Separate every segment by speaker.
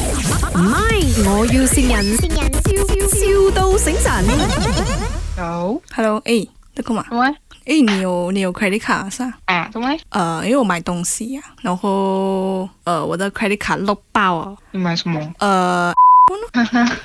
Speaker 1: 唔係，我要善人，笑笑到醒神。
Speaker 2: 有
Speaker 3: Hello，哎，那个嘛，
Speaker 2: 什么？
Speaker 3: 哎，你有你有 credit card 是吧？
Speaker 2: 啊，什么？
Speaker 3: 呃，因为我买东西呀、然后呃我的 credit card 漏爆哦，
Speaker 2: 你买什么？
Speaker 3: 呃，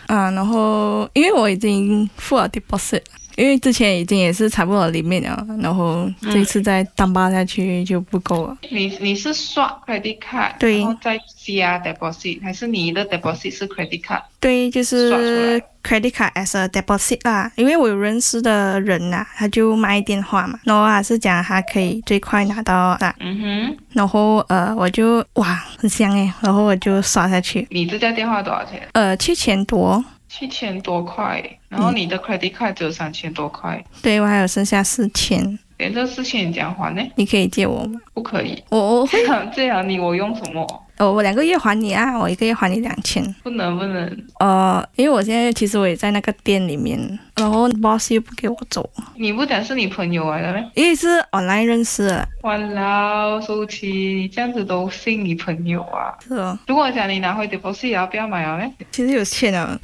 Speaker 3: 啊，然后因为我已经付了 deposit，因为之前已经也是差不多里面了，然后这次再单巴下去就不够了。
Speaker 2: 你你是刷 credit card，
Speaker 3: 对
Speaker 2: 然后再加 deposit，还是你的 deposit 是 credit card？
Speaker 3: 对，就
Speaker 2: 刷出
Speaker 3: 是
Speaker 2: 来
Speaker 3: credit card as a deposit 啦，因为我有认识的人呐、他就卖电话嘛，然后他是讲他可以最快拿到啊啦，
Speaker 2: 嗯哼，
Speaker 3: 然后呃我就哇很香诶，然后我就刷下去，
Speaker 2: 你这家电话多少钱？
Speaker 3: 呃七千多，
Speaker 2: 七千多块，然后你的 credit card 只有三千多块，
Speaker 3: 对我还有剩下四千，
Speaker 2: 连这四千你怎样还呢？
Speaker 3: 你可以借我吗？
Speaker 2: 不可以，
Speaker 3: 我我
Speaker 2: 这样 这样你我用什么？
Speaker 3: 我我两个月还你啊，我一个月还你两千。
Speaker 2: 不能不能，
Speaker 3: 呃，因为我现在其实我也在那个店里面，然后 boss 又不给我走，
Speaker 2: 你不讲是你朋友来的咩？
Speaker 3: 因为是 online 认识的，
Speaker 2: 哇啦，舒淇，你这样子都信你朋友啊？
Speaker 3: 是哦。
Speaker 2: 如果讲你拿回 deposit，然后不要买了呢？
Speaker 3: 其实有签了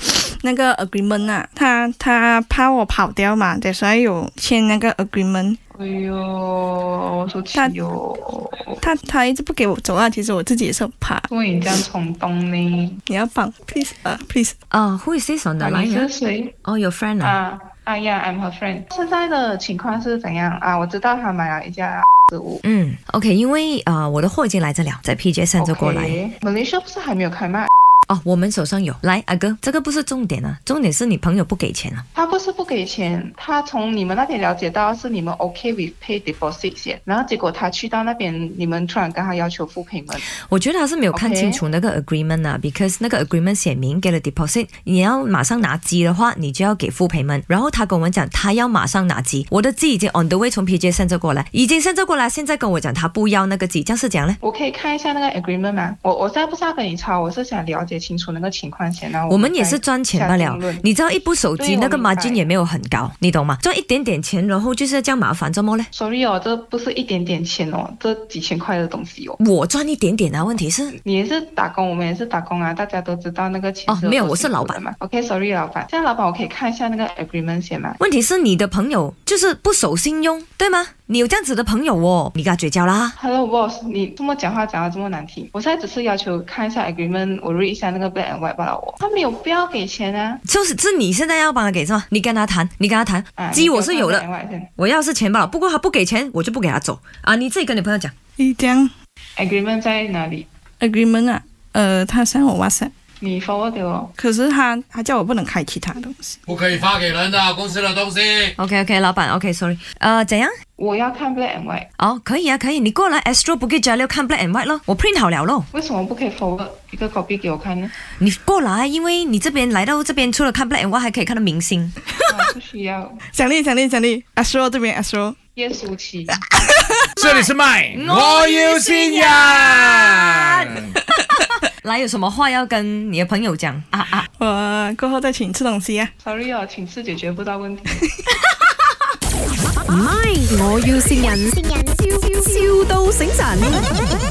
Speaker 3: 那个 agreement 啊，他他怕我跑掉嘛，所以有签那个 agreement，
Speaker 2: 哎呦，舒淇
Speaker 3: 那
Speaker 2: 哟，
Speaker 3: 他他一直不给我走啊，其实我自己也是很怕。
Speaker 2: 为你这样冲动呢？
Speaker 3: 你要帮，please 啊、p l e a s e
Speaker 4: 哦，Who is this on the
Speaker 2: 啊你
Speaker 4: line？
Speaker 2: 是
Speaker 4: 啊
Speaker 2: 谁？
Speaker 4: 哦，Your friend 啊。
Speaker 2: 啊啊呀，I'm her friend。现在的情况是怎样啊？我知道她买了一架十五。
Speaker 4: 嗯，OK，因为啊、呃我的货已经来这了，在 PJ 上就过来。
Speaker 2: OK，马来西亚不是还没有开卖？
Speaker 4: 哦，我们手上有。来，阿哥，这个不是重点啊，重点是你朋友不给钱啊。
Speaker 2: 他不是不给钱，他从你们那边了解到是你们 OK with pay deposit 先，然后结果他去到那边，你们突然跟他要求付 payment。
Speaker 4: 我觉得他是没有看
Speaker 2: OK
Speaker 4: 清楚那个 agreement 啊，because 那个 agreement 写明给了 deposit，你要马上拿机的话，你就要给付 payment。然后他跟我们讲他要马上拿机，我的机已经 on the way 从 PJ 上这过来，已经上这过来，现在跟我讲他不要那个机，这样是讲呢？
Speaker 2: 我可以看一下那个 agreement 吗？我我现在不是要跟你吵，我是想了解清楚那个情况先。然后
Speaker 4: 我
Speaker 2: 们
Speaker 4: 哦们也是赚钱罢了
Speaker 2: 下定论，
Speaker 4: 你知道一部手
Speaker 2: 对
Speaker 4: 机
Speaker 2: 我
Speaker 4: 那个
Speaker 2: 明白
Speaker 4: margin 也没有很高，你懂吗？赚一点点钱，然后就是这样麻烦，怎么呢？
Speaker 2: sorry 哦，这不是一点点钱哦，这几千块的东西哦。
Speaker 4: 我赚一点点啊，问题是
Speaker 2: 你也是打工，我们也是打工啊，大家都知道那个钱
Speaker 4: 哦没有我是
Speaker 2: 多辛苦
Speaker 4: 老板
Speaker 2: 的嘛。OK，sorry，、老板。现在老板，我可以看一下那个 agreement 先吗？
Speaker 4: 问题是你的朋友就是不守信用，对吗？你有这样子的朋友哦，你跟他绝交啦。
Speaker 2: Hello boss，你这么讲话讲的这么难听，我现在只是要求看一下 agreement，我 read 一下那个 black and white 罢了我。他没有必要给钱啊，
Speaker 4: 就是是你现在要帮他给是吗？你跟他谈，你跟他谈
Speaker 2: 啊，，
Speaker 4: 鸡我是有
Speaker 2: 你
Speaker 4: 的
Speaker 2: 给，我看 black and white 先
Speaker 4: 我要是钱包，不过他不给钱，我就不给他走啊！你自己跟你朋友讲，
Speaker 3: 你这样
Speaker 2: agreement 在哪里？
Speaker 3: agreement 啊，呃，他删我 WhatsApp，
Speaker 2: 你 forward 给我。
Speaker 3: 可是他他叫我不能开其他东西。
Speaker 5: 不可以发给人的公司的东西。
Speaker 4: OK OK，老板 OK Sorry，呃，怎样？
Speaker 2: 我要看 black and white，
Speaker 4: 哦，可以啊，可以，你过来 Astro Bukit Jalil 看 Black and White 咯，我 print 好了咯，
Speaker 2: 为什么不可以 forward 一个 copy 给我看呢？
Speaker 4: 你过来，因为你这边来到这边，除了看 Black and White，还可以看到明星。
Speaker 2: 我不啊需要。
Speaker 3: 奖励奖励奖励，阿叔这边阿叔，
Speaker 2: 耶稣奇，
Speaker 5: 这里是麦，我要新 人。
Speaker 4: 来，有什么话要跟你的朋友讲啊啊？
Speaker 3: 我过后再请你吃东西啊。
Speaker 2: sorry 哦，请示解决不到问题。
Speaker 1: 唔係，我要善人，笑笑到醒神。